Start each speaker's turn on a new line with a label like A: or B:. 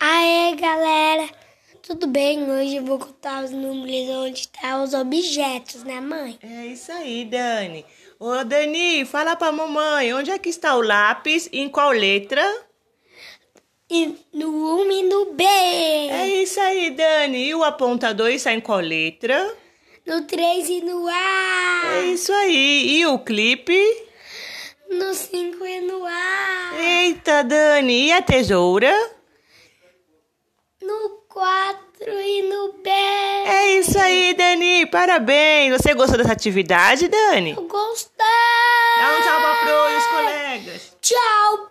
A: Aê, galera! Tudo bem? Hoje eu vou contar os números onde estão os objetos, né, mãe?
B: É isso aí, Dani. Ô, Dani, fala pra mamãe, onde é que está o lápis e em qual letra?
A: E no 1 e no B.
B: É isso aí, Dani. E o apontador está em qual letra?
A: No 3 e no
B: É
A: A.
B: isso aí. E o clipe?
A: No 5 e no A.
B: Eita, Dani. E a tesoura?
A: No 4 e no B.
B: É isso aí, Dani. Parabéns. Você gostou dessa atividade, Dani? um
A: Eu gostei!
B: Dá um tchau pra pro e os colegas.
A: Tchau,